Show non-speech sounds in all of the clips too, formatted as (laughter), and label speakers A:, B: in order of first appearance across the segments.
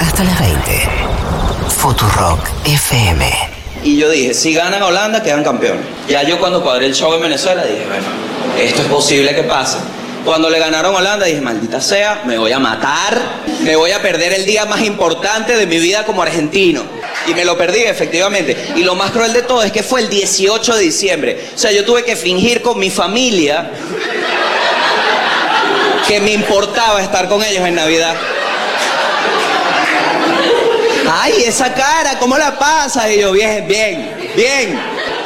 A: hasta las 20. Futurock FM.
B: Y yo dije, si ganan Holanda, quedan campeones. Ya yo cuando cuadré el show en Venezuela dije, bueno, esto es posible que pase. Cuando le ganaron Holanda dije, maldita sea, me voy a matar, me voy a perder el día más importante de mi vida como argentino. Y me lo perdí, efectivamente. Y lo más cruel de todo es que fue el 18 de diciembre. O sea, yo tuve que fingir con mi familia que me importaba estar con ellos en Navidad. Ay, esa cara, ¿cómo la pasas? Y yo, bien, bien, bien,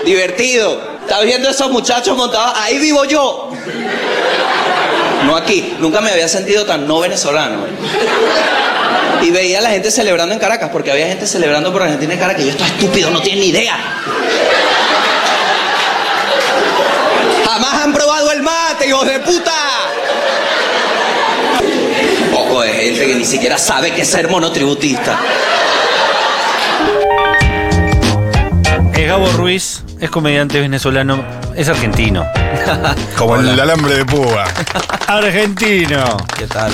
B: divertido. ¿Estás viendo esos muchachos montados? Ahí vivo yo. No aquí. Nunca me había sentido tan no venezolano. Y veía a la gente celebrando en Caracas, porque había gente celebrando por Argentina en Caracas. Y yo, esto es estúpido, no tienen ni idea. Jamás han probado el mate, hijos de puta. Poco de gente que ni siquiera sabe qué es ser monotributista.
C: Es Gabo Ruiz, es comediante venezolano, es argentino.
D: Como el alambre de púa.
C: (laughs) Argentino.
B: ¿Qué tal?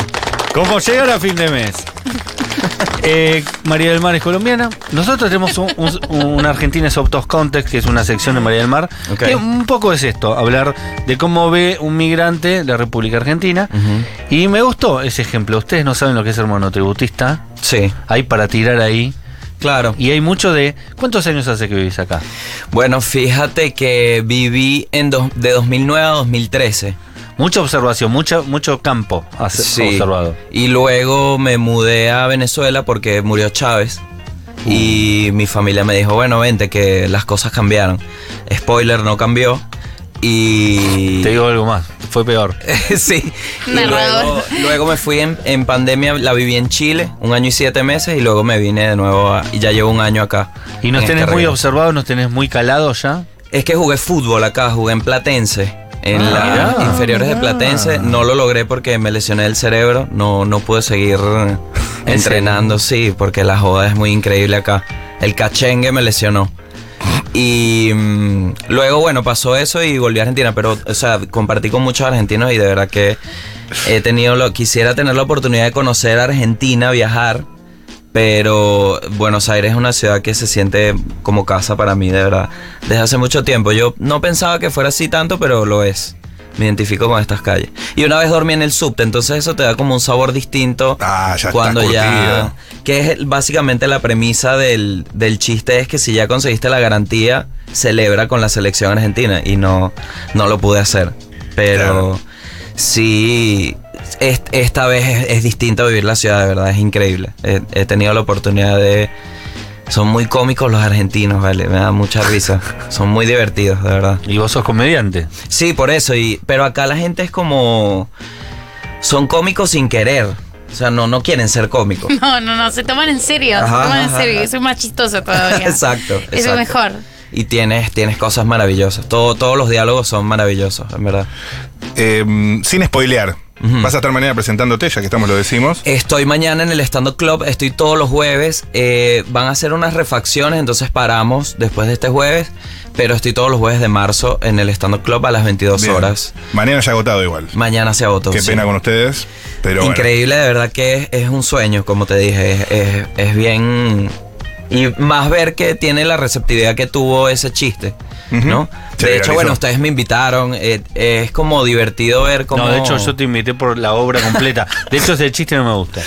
C: Como llega a fin de mes. (laughs) Eh, María del Mar es colombiana. Nosotros tenemos un, un- un Argentines Out of Context, que es una sección de María del Mar.
D: Ok.
C: que un poco es esto, hablar de cómo ve un migrante la República Argentina. Y me gustó ese ejemplo. Ustedes no saben lo que es ser monotributista.
E: Sí,
C: Hay para tirar ahí.
E: claro.
C: Y hay mucho de. ¿Cuántos años hace que vivís acá?
E: Bueno, fíjate que viví en dos- de 2009 a 2013.
C: Mucha observación, mucho, mucho campo has observado.
E: Y luego me mudé a Venezuela porque murió Chávez.
C: Uh.
E: Y mi familia me dijo, bueno, vente, que las cosas cambiaron. Spoiler, no cambió. Y...
C: Te digo algo más, fue peor.
E: (laughs) sí. Y
F: Narrador.
E: luego, luego me fui en, en pandemia, la viví en Chile, un año y siete meses, y luego me vine de nuevo a- y ya llevo un año acá.
C: Y nos
E: en
C: tenés
E: este
C: muy
E: río.
C: observados, nos tenés muy calados ya.
E: Es que jugué fútbol acá, jugué en Platense. En
C: Ah,
E: las
C: mirá,
E: inferiores
C: mirá.
E: de Platense no lo logré porque me lesioné el cerebro, no, no
C: (laughs)
E: pude seguir eh, entrenando, sí, porque la joda es muy increíble acá. El cachengue me lesionó. Y mm, luego, bueno, pasó eso y volví a Argentina, pero, o sea, compartí con muchos argentinos y de verdad que he tenido, lo, quisiera tener la oportunidad de conocer Argentina, viajar, pero Buenos Aires es una ciudad que se siente como casa para mí, de verdad, desde hace mucho tiempo. Yo no pensaba que fuera así tanto, pero lo es. Me identifico con estas calles. Y una vez dormí en el subte, entonces eso te da como un sabor distinto
D: Ah, ya está
E: cuando ya
D: curtido.
E: que es el- básicamente la premisa del, del chiste es que si ya conseguiste la garantía, celebra con la selección argentina. Y no, no lo pude hacer. Pero
D: Claro.
E: sí, es- esta vez es, es distinto vivir la ciudad, de verdad, es increíble. He, he tenido la oportunidad de... Son muy cómicos los argentinos, ¿vale? Me da mucha
D: (laughs)
E: risa. Son muy divertidos, de verdad.
C: Y vos sos comediante.
E: Sí, por eso. Y, pero acá la gente es como... Son cómicos sin querer. O sea, no, no quieren ser cómicos.
F: (laughs) No, no, no, se toman en serio, se
E: Ajá,
F: toman en
E: ajá,
F: serio,
E: ajá.
F: eso es más chistoso
E: (laughs)
F: todavía.
E: Exacto,
F: Eso es
E: exacto.
F: mejor.
E: Y tienes, tienes cosas maravillosas. Todo, todos los diálogos son maravillosos, en verdad.
D: Eh, sin spoilear.
E: Ujú. Eh,
D: Vas a estar mañana presentándote, ya que estamos lo decimos.
E: Estoy mañana en el Stand Up Club, estoy todos los jueves. eh, van a hacer unas refacciones, entonces paramos después de este jueves. Pero estoy todos los jueves de marzo en el Stand Up Club a las 22
D: Bien.
E: horas.
D: Mañana ya agotado igual.
E: Mañana se agotó.
D: Qué
E: sí.
D: pena con ustedes, pero bueno.
E: Increíble, de verdad que es, es un sueño, como te dije. Es, es- es bien. Y más ver que tiene la receptividad que tuvo ese chiste,
D: Ujú.
E: ¿no?
D: Se
E: de hecho,
D: viralizó.
E: bueno, ustedes me invitaron. eh, es como divertido ver cómo.
C: No, de hecho yo te invité por la obra completa. De hecho ese chiste no me gusta.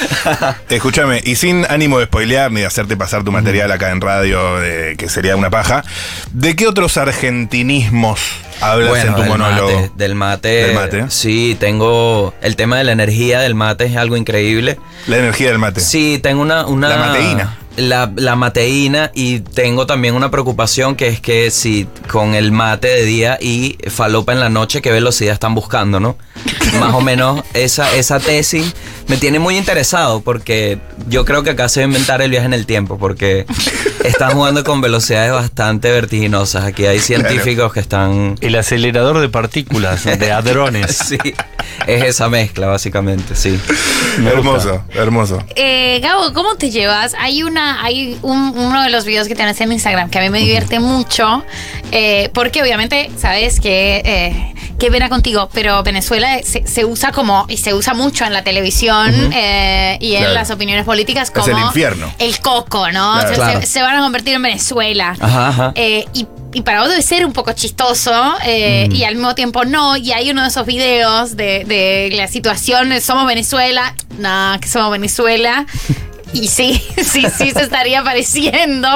D: Escúchame, y sin ánimo de spoilear ni de hacerte pasar tu material acá en radio, eh, que sería una paja, ¿de qué otros argentinismos hablas
E: Bueno,
D: en tu
E: del
D: monólogo?
E: mate, del mate.
D: Del mate.
E: Sí, tengo. El tema de la energía del mate es algo increíble.
D: La energía del mate.
E: Sí, tengo una. una-
D: Este, La mateína.
E: La, la mateína y tengo también una preocupación que es que si con el mate de día y falopa en la noche, qué velocidad están
D: (laughs)
E: buscando, ¿no? Más o menos esa, esa tesis me tiene muy interesado porque yo creo que acá se va a inventar el viaje en el tiempo porque están jugando con velocidades bastante vertiginosas. Aquí hay científicos que están... (laughs)
C: El acelerador de partículas, de hadrones.
E: Sí, es esa mezcla básicamente, sí.
C: me gusta.
D: hermoso, hermoso.
F: Eh, Gabo, ¿cómo te llevas? Hay una, hay un- uno de los videos que tenés en Instagram que a mí me divierte mucho, eh, porque obviamente sabes que eh, qué pena contigo, pero Venezuela se, se usa como, y se usa mucho en la televisión eh, y en
D: Claro.
F: las opiniones políticas
D: Es
F: como.
D: el infierno.
F: El coco, ¿no?
D: Claro.
F: O sea, se-
E: Claro.
F: se, van a convertir en Venezuela.
E: Ajá, ajá.
F: Eh, y, y para vos debe ser un poco chistoso eh,
E: Mm.
F: y al mismo tiempo no. Y hay uno de esos videos de, de la situación, de somos Venezuela, no, que somos
E: (laughs)
F: Venezuela. Y sí, sí, sí se estaría pareciendo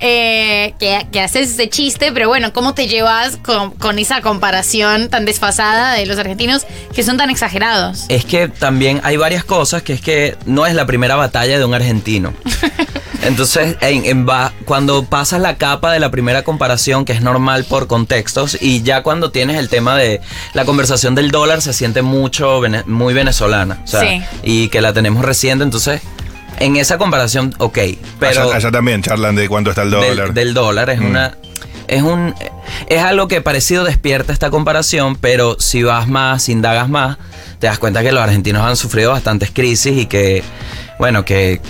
F: eh, que, que haces ese chiste, pero bueno, ¿cómo te llevas con, con esa comparación tan desfasada de los argentinos que son tan exagerados?
E: Es que también hay varias cosas que es que no es la primera batalla de un argentino. Entonces, en- en va- cuando pasas la capa de la primera comparación, que es normal por contextos, y ya cuando tienes el tema de la conversación del dólar, se siente mucho, vene- muy venezolana. O sea,
F: Sí.
E: Y que la tenemos reciente, entonces, en esa comparación, ok. Pero
D: allá, allá también charlan de cuánto está el
E: del-
D: dólar.
E: Del, dólar es una es un es algo que parecido despierta esta comparación, pero si vas más, si indagas más, te das cuenta que los argentinos han sufrido bastantes crisis y que bueno, que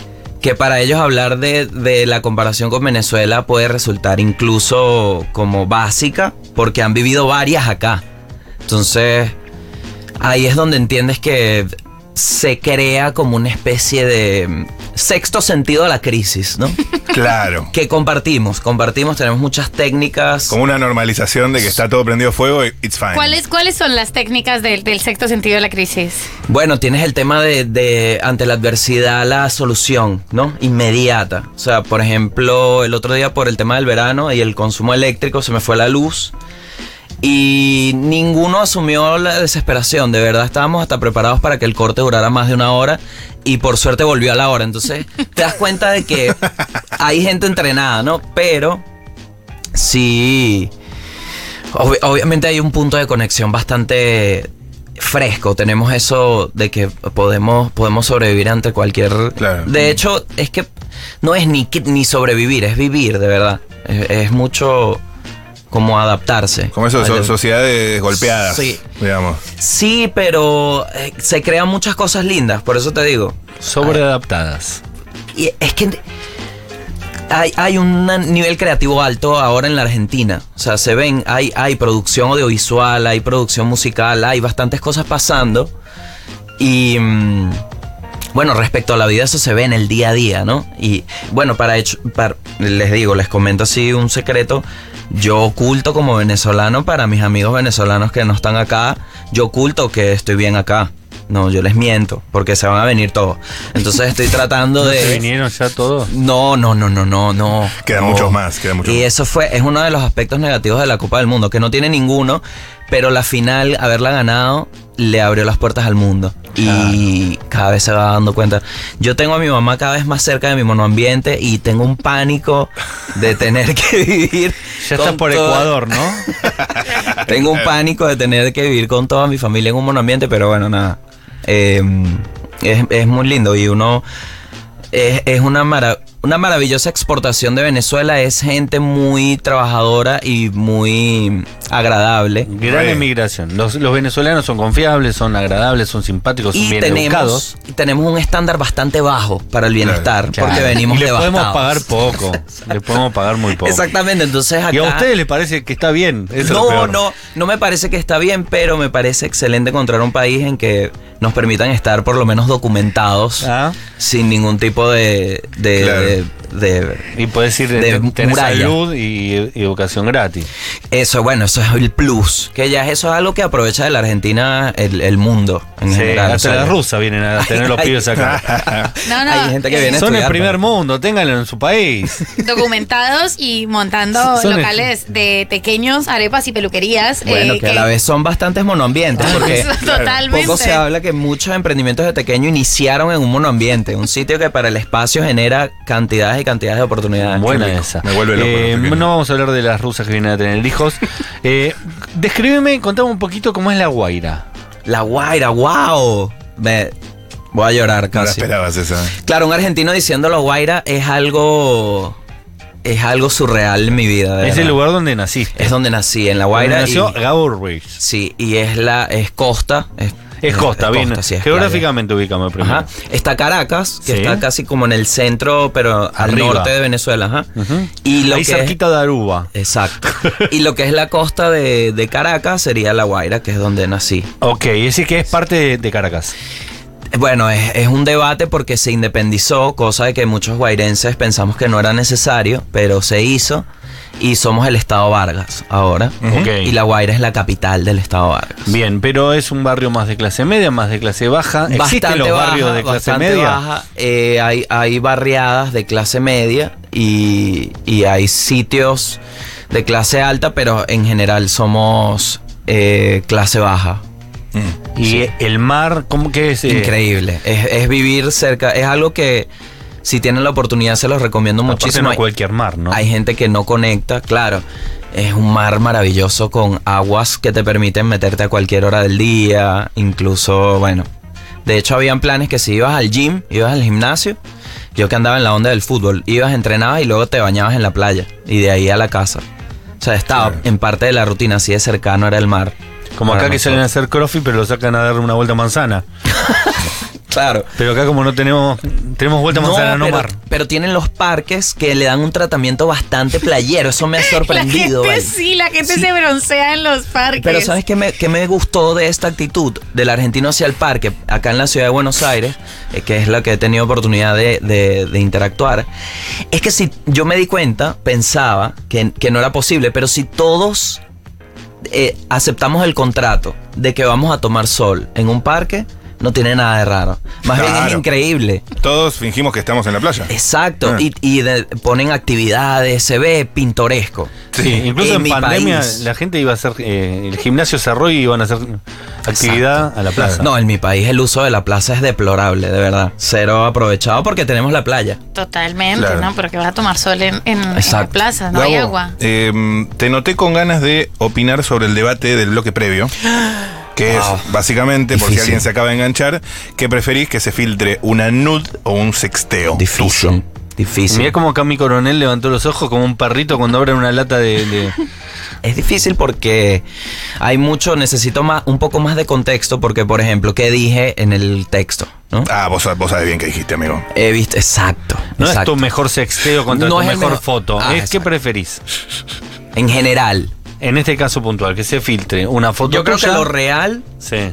E: que para ellos hablar de, de la comparación con Venezuela puede resultar incluso como básica, porque han vivido varias acá. Entonces, ahí es donde entiendes que se crea como una especie de mm, sexto sentido a la crisis, ¿no? (laughs)
D: Claro.
E: que compartimos, compartimos, tenemos muchas técnicas.
D: Como una normalización de que está todo prendido fuego y it's fine.
F: ¿Cuáles, ¿Cuáles son las técnicas del, del sexto sentido de la crisis?
E: Bueno, tienes el tema de, de ante la adversidad la solución, ¿no? Inmediata. O sea, por ejemplo, el otro día por el tema del verano y el consumo eléctrico se me fue la luz. Y ninguno asumió la desesperación. De verdad, estábamos hasta preparados para que el corte durara más de una hora. Y por suerte volvió a la hora. Entonces, te das cuenta de que hay gente entrenada, ¿no? Pero, sí. Obvi- obviamente hay un punto de conexión bastante fresco. Tenemos eso de que podemos, podemos sobrevivir ante cualquier.
D: Claro.
E: De hecho, es que no es ni, que- ni sobrevivir, es vivir, de verdad. Es, es mucho como adaptarse.
D: Como eso, so-
E: Al-
D: sociedades golpeadas.
E: Sí.
D: Digamos.
E: Sí, pero eh, se crean muchas cosas lindas, por eso te digo.
C: Sobreadaptadas.
E: Y es que hay, hay un nivel creativo alto ahora en la Argentina. O sea, se ven, hay, hay producción audiovisual, hay producción musical, hay bastantes cosas pasando. Y mm, bueno, respecto a la vida, eso se ve en el día a día, ¿no? Y bueno, para hecho, para- les digo, les comento así un secreto. Yo oculto como venezolano para mis amigos venezolanos que no están acá, yo oculto que estoy bien acá. No, yo les miento, porque se van a venir todos. Entonces estoy tratando de...
C: ¿Se vinieron ya todos?
E: No, no, no, no, no, no.
D: Quedan
E: No.
D: muchos más, quedan muchos
E: Y
D: más.
E: eso fue, es uno de los aspectos negativos de la Copa del Mundo, que no tiene ninguno, pero la final, haberla ganado, le abrió las puertas al mundo. Y cada vez se va dando cuenta. Yo tengo a mi mamá cada vez más cerca de mi monoambiente y tengo un pánico de tener que (laughs) vivir.
C: Ya
E: con
C: estás por
E: toda-
C: Ecuador, ¿no?
E: Tengo un pánico de tener que vivir con toda mi familia en un monoambiente, pero bueno, nada. Eh, es, es muy lindo y uno. Es, es una, mara- una maravillosa exportación de Venezuela. Es gente muy trabajadora y muy agradable.
C: Gran
D: Re.
C: emigración. Los, los venezolanos son confiables, son agradables, son simpáticos, son
E: Y
C: bien educados.
E: tenemos, y tenemos un estándar bastante bajo para el bienestar,
C: Claro.
E: porque venimos
C: y le
E: devastados.
C: podemos pagar poco. le podemos pagar
E: (laughs)
C: muy poco.
E: Exactamente, entonces
C: (laughs)
E: acá.
C: Y a ustedes les parece que está bien. Eso es lo
E: no,
C: peor.
E: no, no me parece que está bien, pero me parece excelente encontrar un país en que nos permitan estar por lo menos documentados
C: Ah.
E: sin ningún tipo de, de-
D: Claro.
E: de- de-
C: Y puedes ir
E: De
C: de tener
E: muralla.
C: salud y, y educación gratis.
E: eso, bueno, eso es el plus, que ya eso es algo que aprovecha de la Argentina el, el mundo en
C: Sí,
E: general. o
C: hasta
E: sea,
C: las rusas vienen (laughs) a tener los
E: Ay,
C: pibes acá.
F: No, no.
E: Hay gente que viene a
C: Son el
E: estudiar,
C: primer
E: ¿no?
C: mundo, ténganlo en su (laughs) país.
F: documentados y montando
C: Son
F: locales de pequeños arepas y peluquerías.
E: Bueno,
F: eh,
E: que Ah, a la vez son bastantes monoambientes,
F: (laughs)
E: porque
F: Totalmente.
E: Poco se habla que muchos emprendimientos de pequeño iniciaron en un monoambiente, un sitio que para el espacio genera cantidades y cantidades de oportunidades.
C: Buena
E: Qué rico.
C: esa.
D: Me vuelve loco,
C: Eh,
D: no sé qué.
C: no vamos a hablar de las rusas que vienen a tener (laughs) hijos. Eh, descríbeme, contame un poquito cómo es la Guaira.
E: La Guaira, wow. Me, voy a llorar
D: No la
E: casi.
D: esperabas esa.
E: claro, un argentino diciendo la Guaira es algo. Es algo surreal en mi vida. de
C: Es el
E: verdad.
C: lugar donde naciste.
E: Es donde nací, en La
C: Donde
E: Guaira. y-
C: nació Gabo Ruiz.
E: sí, y es la. es costa. es-
C: Es
E: Eh,
C: costa,
E: es
C: bien.
E: costa, sí, es
C: geográficamente ubicamos primero.
E: Ajá. Está Caracas, que
C: Sí.
E: está casi como en el centro, pero al
C: Arriba.
E: norte de Venezuela. Ajá.
C: Ujú.
E: Y lo
C: Ahí
E: que es-
C: cerquita de Aruba. (laughs)
E: Exacto. y lo que es la costa de, de Caracas sería La Guaira, que es donde nací.
C: Ok, es decir que es parte de, de Caracas.
E: Bueno, es, es un debate porque se independizó, cosa de que muchos guairenses pensamos que no era necesario, pero se hizo y somos el Estado Vargas ahora.
C: Ujú. Ok.
E: Y La Guaira es la capital del Estado Vargas.
C: Bien, pero es un barrio más de clase media, más de clase baja. ¿Existen los barrios de clase
E: bastante
C: media?
E: baja. Eh, hay, hay barriadas de clase media y, y hay sitios de clase alta, pero en general somos eh, clase baja.
C: Y el mar, ¿cómo que es? Eh,
E: Increíble. Es, es vivir cerca. Es algo que si tienen la oportunidad se los recomiendo
C: aparte
E: muchísimo.
C: no cualquier mar, ¿no?
E: Hay gente que no conecta, claro. Es un mar maravilloso con aguas que te permiten meterte a cualquier hora del día, incluso, bueno. De hecho, habían planes que si ibas al gym, ibas al gimnasio, yo que andaba en la onda del fútbol, ibas, entrenabas y luego te bañabas en la playa y de ahí a la casa. O sea, estaba en parte de la rutina, así de cercano era el mar.
C: Como
E: Para
C: acá que salen a
E: nosotros.
C: hacer crossfit, pero lo sacan a dar una vuelta a manzana.
E: Claro.
C: Pero acá como no tenemos tenemos vuelta a manzana, no,
E: pero,
C: mar.
E: pero tienen los parques que le dan un tratamiento bastante playero. Eso me ha sorprendido.
F: (laughs) La gente
E: vale.
F: sí, la gente
E: Sí.
F: se broncea en los parques.
E: Pero ¿sabes qué me, qué me gustó de esta actitud del argentino hacia el parque? Acá en la ciudad de Buenos Aires, eh, que es la que he tenido oportunidad de, de- de interactuar, es que si yo me di cuenta, pensaba que, que no era posible, pero si todos eh, aceptamos el contrato de que vamos a tomar sol en un parque, no tiene nada de raro. Más bien es
D: Claro.
E: increíble.
D: Todos fingimos que estamos en la playa.
E: Exacto,
D: Ah.
E: y, y de- ponen actividades, se ve pintoresco.
C: Sí, incluso en
E: mi
C: pandemia
E: país.
C: la gente iba a hacer, eh, el gimnasio cerró y iban a hacer actividad a la plaza.
E: No, en mi país el uso de la plaza es deplorable, de verdad. Cero aprovechado porque tenemos la playa.
F: Totalmente,
D: Claro.
F: ¿no? Pero que vas a tomar sol en, en, en la
E: Exacto.
F: plaza, no hay
D: Gabo,
F: agua.
D: eh, te noté con ganas de opinar sobre el debate del bloque previo. Que es
E: Wow.
D: básicamente, por si
E: Difícil.
D: alguien se acaba de enganchar, que preferís que se filtre una nude o un sexteo. tuyo?
E: Difícil. Difícil.
C: Mirá como acá mi coronel levantó los ojos como un perrito cuando abre una lata de... de-
E: Es difícil porque hay mucho, necesito más, un poco más de contexto porque, por ejemplo, ¿qué dije en el texto? ¿No?
D: Ah, vos, sa- vos sabes bien que dijiste, amigo.
E: He visto, exacto.
C: No es
E: exacto.
C: tu mejor sexteo contra
E: No
C: tu
E: es el
C: mejor
E: mejor-
C: foto.
E: Ah,
C: es que
E: exacto.
C: preferís.
E: En general.
C: En este caso puntual, que se filtre una foto
E: Yo creo que
C: tuya.
E: lo real
C: Sí.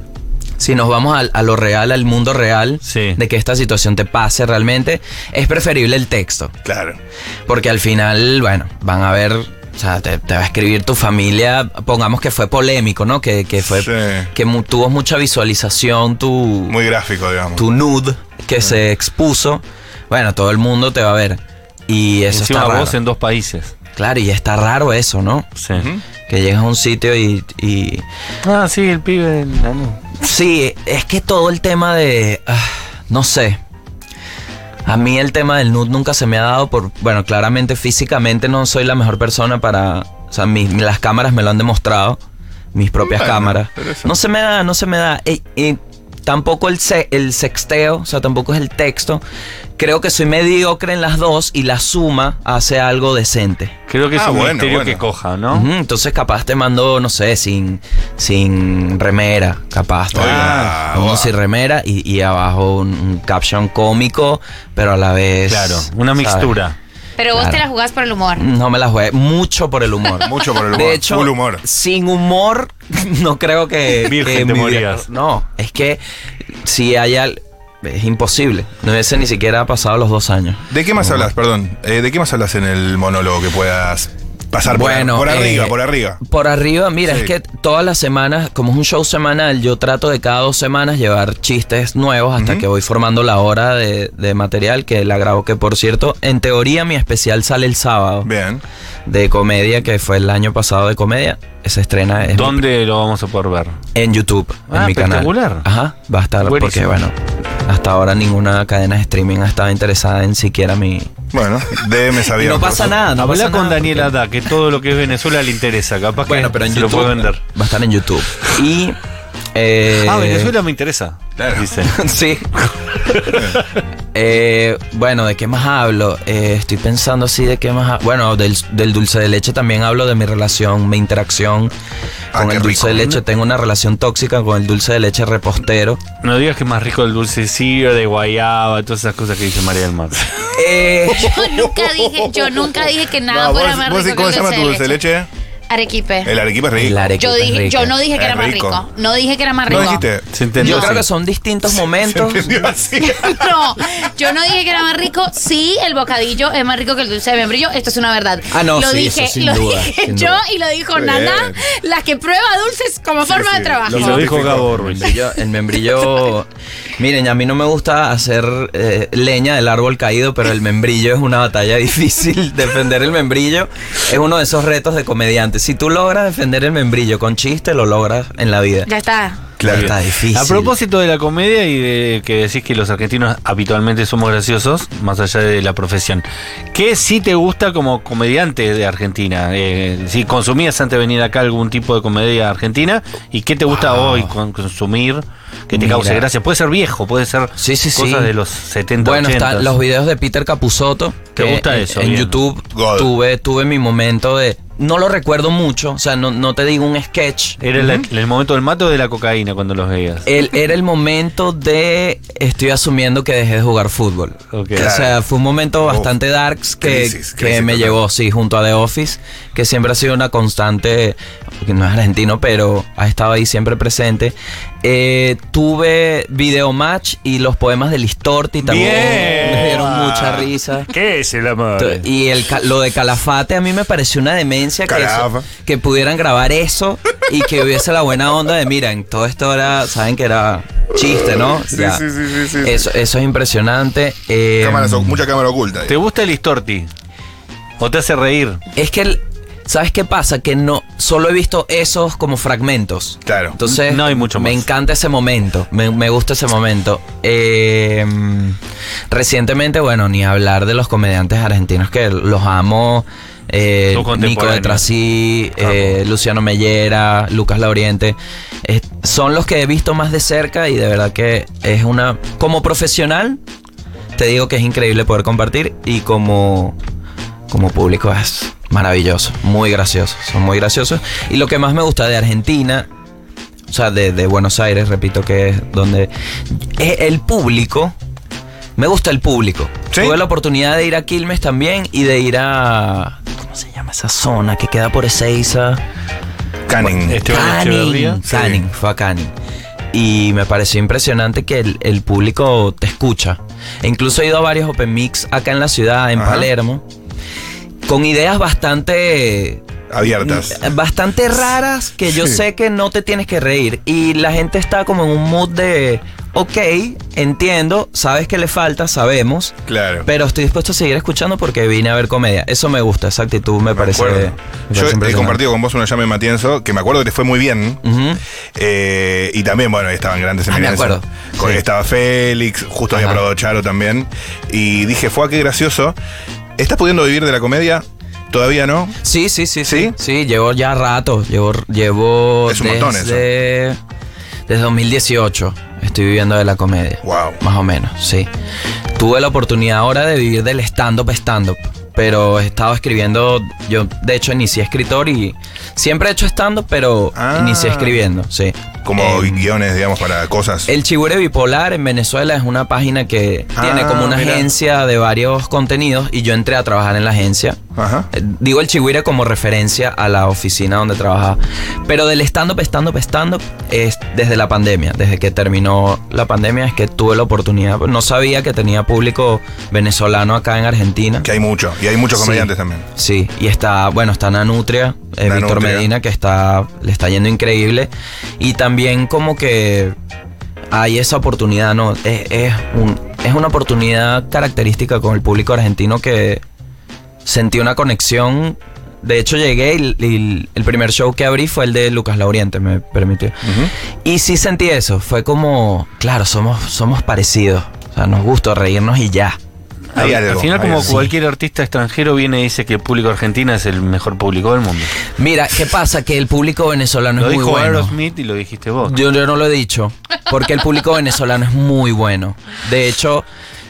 E: si nos vamos al- a, lo real, al mundo real,
C: Sí.
E: de que esta situación te pase realmente, es preferible el texto.
D: Claro.
E: Porque al final, bueno, van a ver, o sea, te, te va a escribir tu familia, pongamos que fue polémico, ¿no? Que, que fue,
D: Sí.
E: que mu- tuvo mucha visualización, tu,
D: Muy gráfico, digamos.
E: tu nude que se expuso. Bueno, todo el mundo te va a ver. Y eso
C: Encima
E: está
C: vos
E: raro.
C: en dos países.
E: Claro, y está raro eso, ¿no?
C: Sí.
E: Que llegas a un sitio y- y
C: Ah, sí, el pibe del Lanús.
E: Sí, es que todo el tema de. ah, no sé. A mí el tema del nude nunca se me ha dado por. Bueno, claramente físicamente no soy la mejor persona para. O sea, mis- las cámaras me lo han demostrado. Mis propias
D: Bueno,
E: cámaras.
D: pero eso-
E: No se me da, no se me da. Y, y tampoco el, se- el sexteo, o sea, tampoco es el texto. Creo que soy mediocre en las dos y la suma hace algo decente.
C: Creo que es
D: Ah,
C: un
D: bueno,
C: misterio
D: bueno.
C: que coja, ¿no?
E: Ujú, Entonces capaz te mandó, no sé, sin, sin remera, capaz. te-
D: Oiga,
E: uno
D: Ah, guau.
E: sin remera y, y abajo un, un caption cómico, pero a la vez...
C: Claro, una
E: ¿sabes?
C: mixtura.
F: Pero vos
E: claro. Mm.
F: te la jugás por el humor.
E: No me la jugué, mucho por el humor.
D: Mucho por el humor.
E: De hecho,
D: full humor.
E: sin humor, (laughs) no creo que...
C: Virgen
E: que
C: te
E: mi-
C: morías.
E: No, es que si hay al- Es imposible. No hubiese ni siquiera pasado los dos años.
D: ¿De qué más hablas, perdón? Eh, ¿De qué más hablas en el monólogo que puedas pasar por-
E: Bueno,
D: por,
E: eh,
D: arriba, por arriba?
E: Por arriba, mira,
D: Sí.
E: es que todas las semanas, como es un show semanal, yo trato de cada dos semanas llevar chistes nuevos hasta que voy formando la hora de, de material que la grabo. Que por cierto, en teoría mi especial sale el sábado
D: Bien.
E: de comedia, que fue el año pasado de comedia. Se estrena en,
C: ¿Dónde lo vamos a poder ver?
E: en YouTube,
C: Ah,
E: en mi canal.
C: espectacular.
E: Ajá, va a estar,
C: Buenísimo.
E: porque bueno, hasta ahora ninguna cadena de streaming ha estado interesada en siquiera mi...
D: Bueno, DM
E: (laughs) Y
D: sabía. (laughs)
E: no pasa nada, no
C: Habla
E: pasa
C: con
E: nada,
C: Daniel
E: porque-
C: Haddad, que todo lo que es Venezuela le interesa. Capaz que
E: Bueno, pero en
C: se lo
E: YouTube.
C: puede vender.
E: Va a estar en YouTube. Y. eh,
C: Ah, Venezuela me interesa.
D: Claro.
C: dice.
E: (laughs) sí. Eh, bueno, ¿de qué más hablo? Eh, estoy pensando así de qué más ha- Bueno, del, del dulce de leche también hablo de mi relación, mi interacción
D: Ah,
E: con
D: qué
E: el
D: rico.
E: dulce de leche. Tengo una relación tóxica con el dulce de leche repostero.
C: No digas que es más rico el dulcecillo de guayaba, todas esas cosas que dice María del Mar.
E: Eh,
F: Yo nunca dije, yo nunca dije que nada
D: No,
F: fuera
D: vos-
F: más
D: vos
F: rico
D: decís, ¿Cómo
F: que
D: se llama tu dulce de leche?
F: Arequipe.
D: El arequipa es rico.
E: la arequipa
F: yo
E: es
F: dije,
E: rica.
F: yo no dije que
D: Es
F: era más
D: rico.
F: rico. No dije que era más rico.
D: ¿No dijiste?
C: Se entendió.
E: Yo creo
C: sí.
E: que son distintos momentos.
D: (laughs) Se entendió así.
F: (laughs) No, yo no dije que era más rico. Sí, el bocadillo es más rico que el dulce de membrillo. Esto es una verdad.
E: Ah, no,
F: lo
E: sí,
F: dije,
E: eso sin
F: lo
E: duda,
F: dije
E: sin
F: yo
E: duda.
F: y lo dijo
D: Muy
F: Nana,
D: bien.
F: la que prueba dulces como forma
D: sí,
F: de trabajo.
C: Y lo dijo Gabo Ruiz.
E: membrillo- el membrillo. Miren, a mí no me gusta hacer eh, leña del árbol caído, pero el membrillo es una batalla (laughs) difícil. Defender el membrillo es uno de esos retos de comediante. Si tú logras defender el membrillo con chiste, lo logras en la vida.
F: Ya está.
D: Claro.
E: Está difícil.
C: A propósito de la comedia y de que decís que los argentinos habitualmente somos graciosos, más allá de la profesión, ¿qué sí te gusta como comediante de Argentina? Eh, si consumías antes de venir acá algún tipo de comedia argentina, ¿y qué te gusta hoy con- consumir que te
E: Mira.
C: cause gracia? Puede ser viejo, puede ser
E: Sí, sí, sí.
C: cosas de los 70,
E: Bueno,
C: 80.
E: están los videos de Peter Capusotto.
C: ¿Te
E: que
C: gusta
E: en-
C: eso?
E: En
C: Bien.
E: YouTube
D: God.
E: tuve, tuve mi momento de. No lo recuerdo mucho, o sea, no, no te digo un sketch.
C: ¿Era la- el momento del mato o de la cocaína cuando los veías?
E: El- era el momento de. Estoy asumiendo que dejé de jugar fútbol.
C: Ok.
E: O sea, fue un momento bastante darks que,
D: Oh, crisis,
E: que
D: crisis
E: me
D: total.
E: llevó, sí, junto a The Office, que siempre ha sido una constante, que no es argentino, pero ha estado ahí siempre presente. Eh, tuve Videomatch y los poemas de Listorti también.
C: Bien.
E: Me dieron mucha risa.
C: ¿Qué es el amor?
E: Tu- Y el, ca- lo de Calafate a mí me pareció una demencia que, eso-
D: Calafa.
E: que pudieran grabar eso y que hubiese la buena onda de, miren, todo esto era, saben que era chiste, ¿no?
D: Sí,
E: Ya.
D: sí, sí, sí, sí.
E: Eso, eso es impresionante. eh,
D: Cámaras oc- mucha cámara oculta. ahí.
C: ¿Te gusta el Istorti? ¿O te hace reír?
E: es que, el- ¿sabes qué pasa? Que no, solo he visto esos como fragmentos.
D: Claro.
E: Entonces,
C: No hay mucho
E: me
C: más.
E: encanta ese momento, me, me gusta ese momento. Eh, recientemente, bueno, ni hablar de los comediantes argentinos que los amo. eh,
C: Tus contemporáneos.
E: Nico de Trasí, eh, Luciano Mellera, Lucas Lauriente, eh, son los que he visto más de cerca y de verdad que es una... Como profesional, te digo que es increíble poder compartir y como, como público es maravilloso, muy gracioso, son muy graciosos. Y lo que más me gusta de Argentina, o sea, de, de Buenos Aires, repito que es donde eh, el público, me gusta el público.
D: Sí.
E: Tuve la oportunidad de ir a Quilmes también y de ir a... ¿Cómo se llama esa zona que queda por Ezeiza?
D: Canning.
E: este-
C: Esteban Echeverría.
E: Canning,
D: Sí.
E: Canning, fue a Canning. Y me pareció impresionante que el, el público te escucha. E incluso he ido a varios open mix acá en la ciudad, en
D: Ajá.
E: Palermo, con ideas bastante...
D: Abiertas.
E: Eh, Bastante raras que yo
D: Sí.
E: sé que no te tienes que reír. Y la gente está como en un mood de, ok, entiendo, sabes que le falta, sabemos,
D: Claro.
E: pero estoy dispuesto a seguir escuchando porque vine a ver comedia. Eso me gusta, esa actitud me,
D: Me
E: parece...
D: acuerdo.
E: me
D: Yo
E: parece
D: he
E: impresionante.
D: compartido con vos una llama en Matienzo, que me acuerdo que te fue muy bien.
E: Ujú.
D: Eh, y también, bueno, ahí estaban grandes
E: Ah, me
D: eminencias.
E: acuerdo.
D: Con-
E: Sí.
D: Estaba Félix, justo había
E: Ajá.
D: probado Charo también. Y dije, fue qué gracioso. ¿Estás pudiendo vivir de la comedia? Todavía no.
E: Sí, sí, sí,
D: ¿Sí?
E: sí. Sí, llevo ya rato. Llevo, llevo
D: Es un montón
E: desde, desde 2018. Estoy viviendo de la comedia.
D: Wow.
E: Más o menos, sí. Tuve la oportunidad ahora de vivir del stand-up stand-up. Pero he estado escribiendo. Yo, de hecho, inicié escritor y siempre he hecho stand-up, pero
D: Ah.
E: inicié escribiendo, sí.
D: Como
E: Eh,
D: guiones, digamos, para cosas.
E: el Chigure Bipolar en Venezuela es una página que
D: Ah,
E: tiene como una
D: mira.
E: agencia de varios contenidos y yo entré a trabajar en la agencia.
D: Ajá.
E: Eh, Digo el Chihuire como referencia a la oficina donde trabajaba. Pero del stand-up, stand-up, stand-up es desde la pandemia. Desde que terminó la pandemia es que tuve la oportunidad. No sabía que tenía público venezolano acá en Argentina.
D: Que hay mucho. Y hay muchos
E: Sí.
D: comediantes también.
E: Sí, y está, bueno, está Nanutria, eh,
D: Nanutria.
E: Víctor Medina, que está, le está yendo increíble. Y también como que hay esa oportunidad, ¿no? Es, es un- es una oportunidad característica con el público argentino que sentí una conexión. De hecho, llegué y, y el primer show que abrí fue el de Lucas Lauriente, me permitió. Y sí sentí eso, fue como, claro, somos, somos parecidos. O sea, nos gusta reírnos y ya.
D: Hay
C: al,
D: algo,
C: al final,
D: hay
C: como
D: algo.
C: cualquier artista extranjero, viene y dice que el público argentino es el mejor público del mundo.
E: Mira, ¿qué pasa? Que el público venezolano
C: lo
E: es muy
C: dijo
E: bueno.
C: Aerosmith y lo dijiste vos.
E: Yo, yo no lo he dicho, porque el público venezolano es muy bueno. De hecho,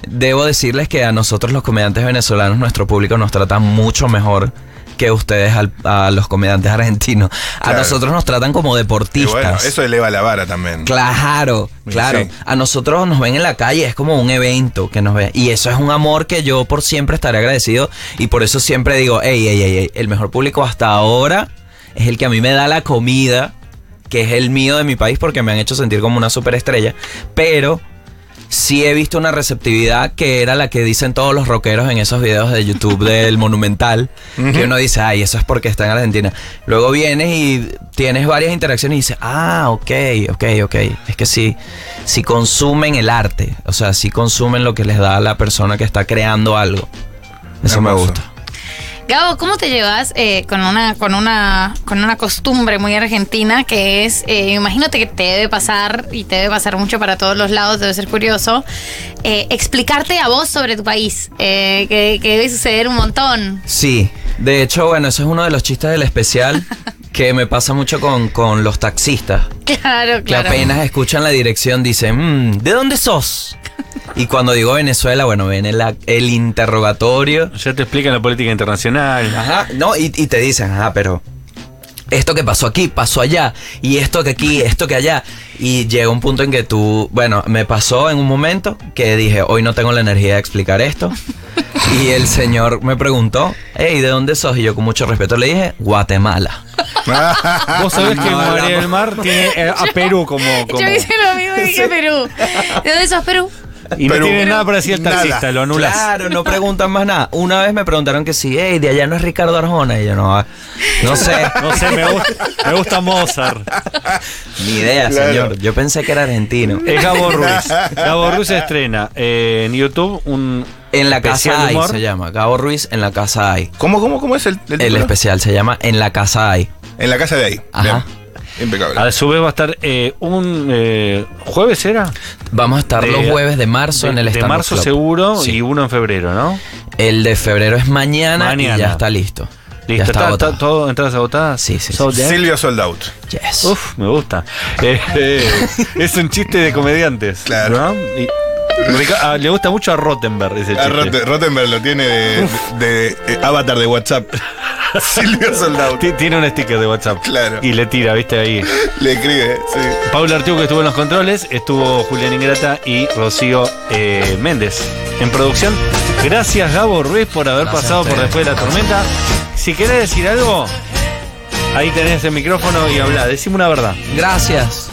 E: debo decirles que a nosotros los comediantes venezolanos, nuestro público nos trata mucho mejor que ustedes al- a los comediantes argentinos. A
D: Claro.
E: nosotros nos tratan como
D: Y
E: deportistas.
D: bueno, eso eleva la vara también.
E: Claro,
D: Sí.
E: claro. A nosotros nos ven en la calle, es como un evento que nos ven. Y eso es un amor que yo por siempre estaré agradecido. Y por eso siempre digo, ey, ey, ey, ey, el mejor público hasta ahora es el que a mí me da la comida, que es el mío de mi país, porque me han hecho sentir como una superestrella. Pero sí he visto una receptividad que era la que dicen todos los rockeros en esos videos de YouTube del Monumental. Que uno dice, ay, eso es porque está en Argentina. Luego vienes y tienes varias interacciones y dices, ah, ok, ok, ok. Es que sí, sí consumen el arte. O sea, sí consumen lo que les da a la persona que está creando algo. Eso me
D: Hermoso.
E: gusta.
F: Gabo, ¿cómo te llevas eh, con una con una con una costumbre muy argentina que es, eh, imagínate que te debe pasar y te debe pasar mucho para todos los lados, debe ser curioso eh, explicarte a vos sobre tu país, eh, que, que debe suceder un montón. (laughs)
E: Sí, de hecho, bueno, eso es uno de los chistes del especial que me pasa mucho con, con los taxistas.
F: Claro,
E: que
F: claro.
E: apenas escuchan la dirección dicen, "Mm, ¿de dónde sos? Y cuando digo Venezuela, bueno, viene la- el interrogatorio.
C: Ya te explican la política internacional.
E: (laughs) Ajá, no, y, y te dicen, ajá, pero esto que pasó aquí, pasó allá, y esto que aquí, esto que allá. Y llega un punto en que tú, bueno, me pasó en un momento que dije, hoy no tengo la energía de explicar esto. Y el señor me preguntó, hey, ¿de dónde sos? Y yo con mucho respeto le dije, Guatemala.
C: Vos sabés que
E: Ah, No,
C: María
E: hablamos.
C: del Mar tiene eh, a Perú como. como-
F: Yo hice lo mismo y dije Perú. ¿De dónde sos Perú?
C: y no
D: Perú.
C: tiene nada para decir el
D: Nada.
C: taxista, lo anulas.
E: Claro, no preguntan más nada. Una vez me preguntaron que si, hey, de allá no es Ricardo Arjona. Y yo, no, ah, no sé,
C: No sé, me, gust- me gusta Mozart.
E: ni idea,
D: Claro.
E: señor. Yo pensé que era argentino.
C: Es Gabo Ruiz. Gabo Ruiz estrena eh, en YouTube un.
E: En la
C: especial
E: casa
C: de
E: hay
C: humor.
E: se llama, Gabo Ruiz en la casa hay.
D: ¿Cómo, cómo, cómo es el, el
E: El
D: título?
E: especial se llama En la casa hay.
D: En la casa de ahí.
E: Ajá.
D: Bien. Impecable.
C: A su vez va a estar eh, un eh, jueves, ¿era?
E: Vamos a estar
C: De-
E: los jueves de marzo
C: de,
E: en el
C: de
E: stand
C: marzo seguro
E: Sí.
C: y uno en febrero, ¿no?
E: El de febrero es mañana,
C: Mañana.
E: y ya está listo. Ya
C: Listo, está, está
E: agotado.
C: todo entradas agotadas.
E: Sí, sí,
C: Sold out.
D: Silvio Sold Out.
E: Yes.
C: Uf, me gusta. Eh,
D: (laughs)
C: eh, es un chiste de comediantes. ¿no?
D: Claro.
C: Y- Rica- ah, le gusta mucho a Rottenberg ese
D: Ah,
C: chiste.
D: Rotten- Rottenberg lo tiene de, de- eh, avatar de WhatsApp. (laughs) Silvio Sold Out.
C: Ti- Tiene un sticker de WhatsApp.
D: Claro.
C: Y le tira, viste ahí.
D: Le escribe, eh, sí.
C: Paula Artigo que estuvo en los controles, estuvo Julián Ingrata y Rocío eh, Méndez en producción. Gracias Gabo Ruiz por haber
E: Gracias a
C: pasado por
E: ustedes.
C: después de la tormenta. Si querés decir algo, ahí tenés el micrófono y habla. Decime una verdad. (laughs)
E: Gracias.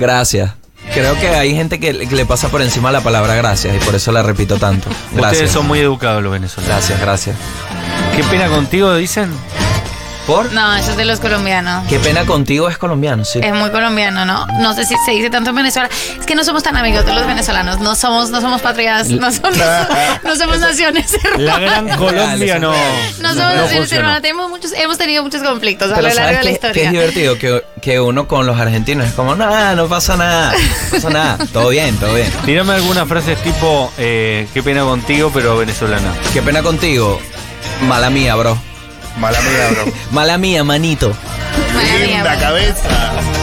E: gracias. Creo que hay gente que le que le pasa por encima la palabra gracias y por eso la repito tanto. Gracias.
C: Ustedes son muy educados los venezolanos.
E: Gracias, gracias.
C: Qué pena contigo, dicen.
E: ¿Por?
F: No, yo soy de los colombianos.
E: Qué pena contigo es colombiano, sí.
F: Es muy colombiano, ¿no? No sé si se dice tanto en Venezuela. Es que no somos tan amigos de los venezolanos. No somos, no somos patrias, no somos, no somos naciones
C: La (laughs)
F: hermanas.
C: gran Colombia no.
F: No somos naciones
C: funciona.
F: hermanas. Tenemos muchos, hemos tenido muchos conflictos a
E: Pero
F: lo largo de la
E: ¿sabes qué, qué
F: historia.
E: es divertido? Que, que uno con los argentinos es como, nada, no pasa nada, no pasa nada, todo bien, todo bien.
C: Tírame algunas frases tipo, eh, qué pena contigo, pero venezolana.
E: Qué pena contigo, mala mía, bro.
D: Mala mía, bro.
E: Mala mía, manito.
F: Madre mía, pues.
D: Linda cabeza.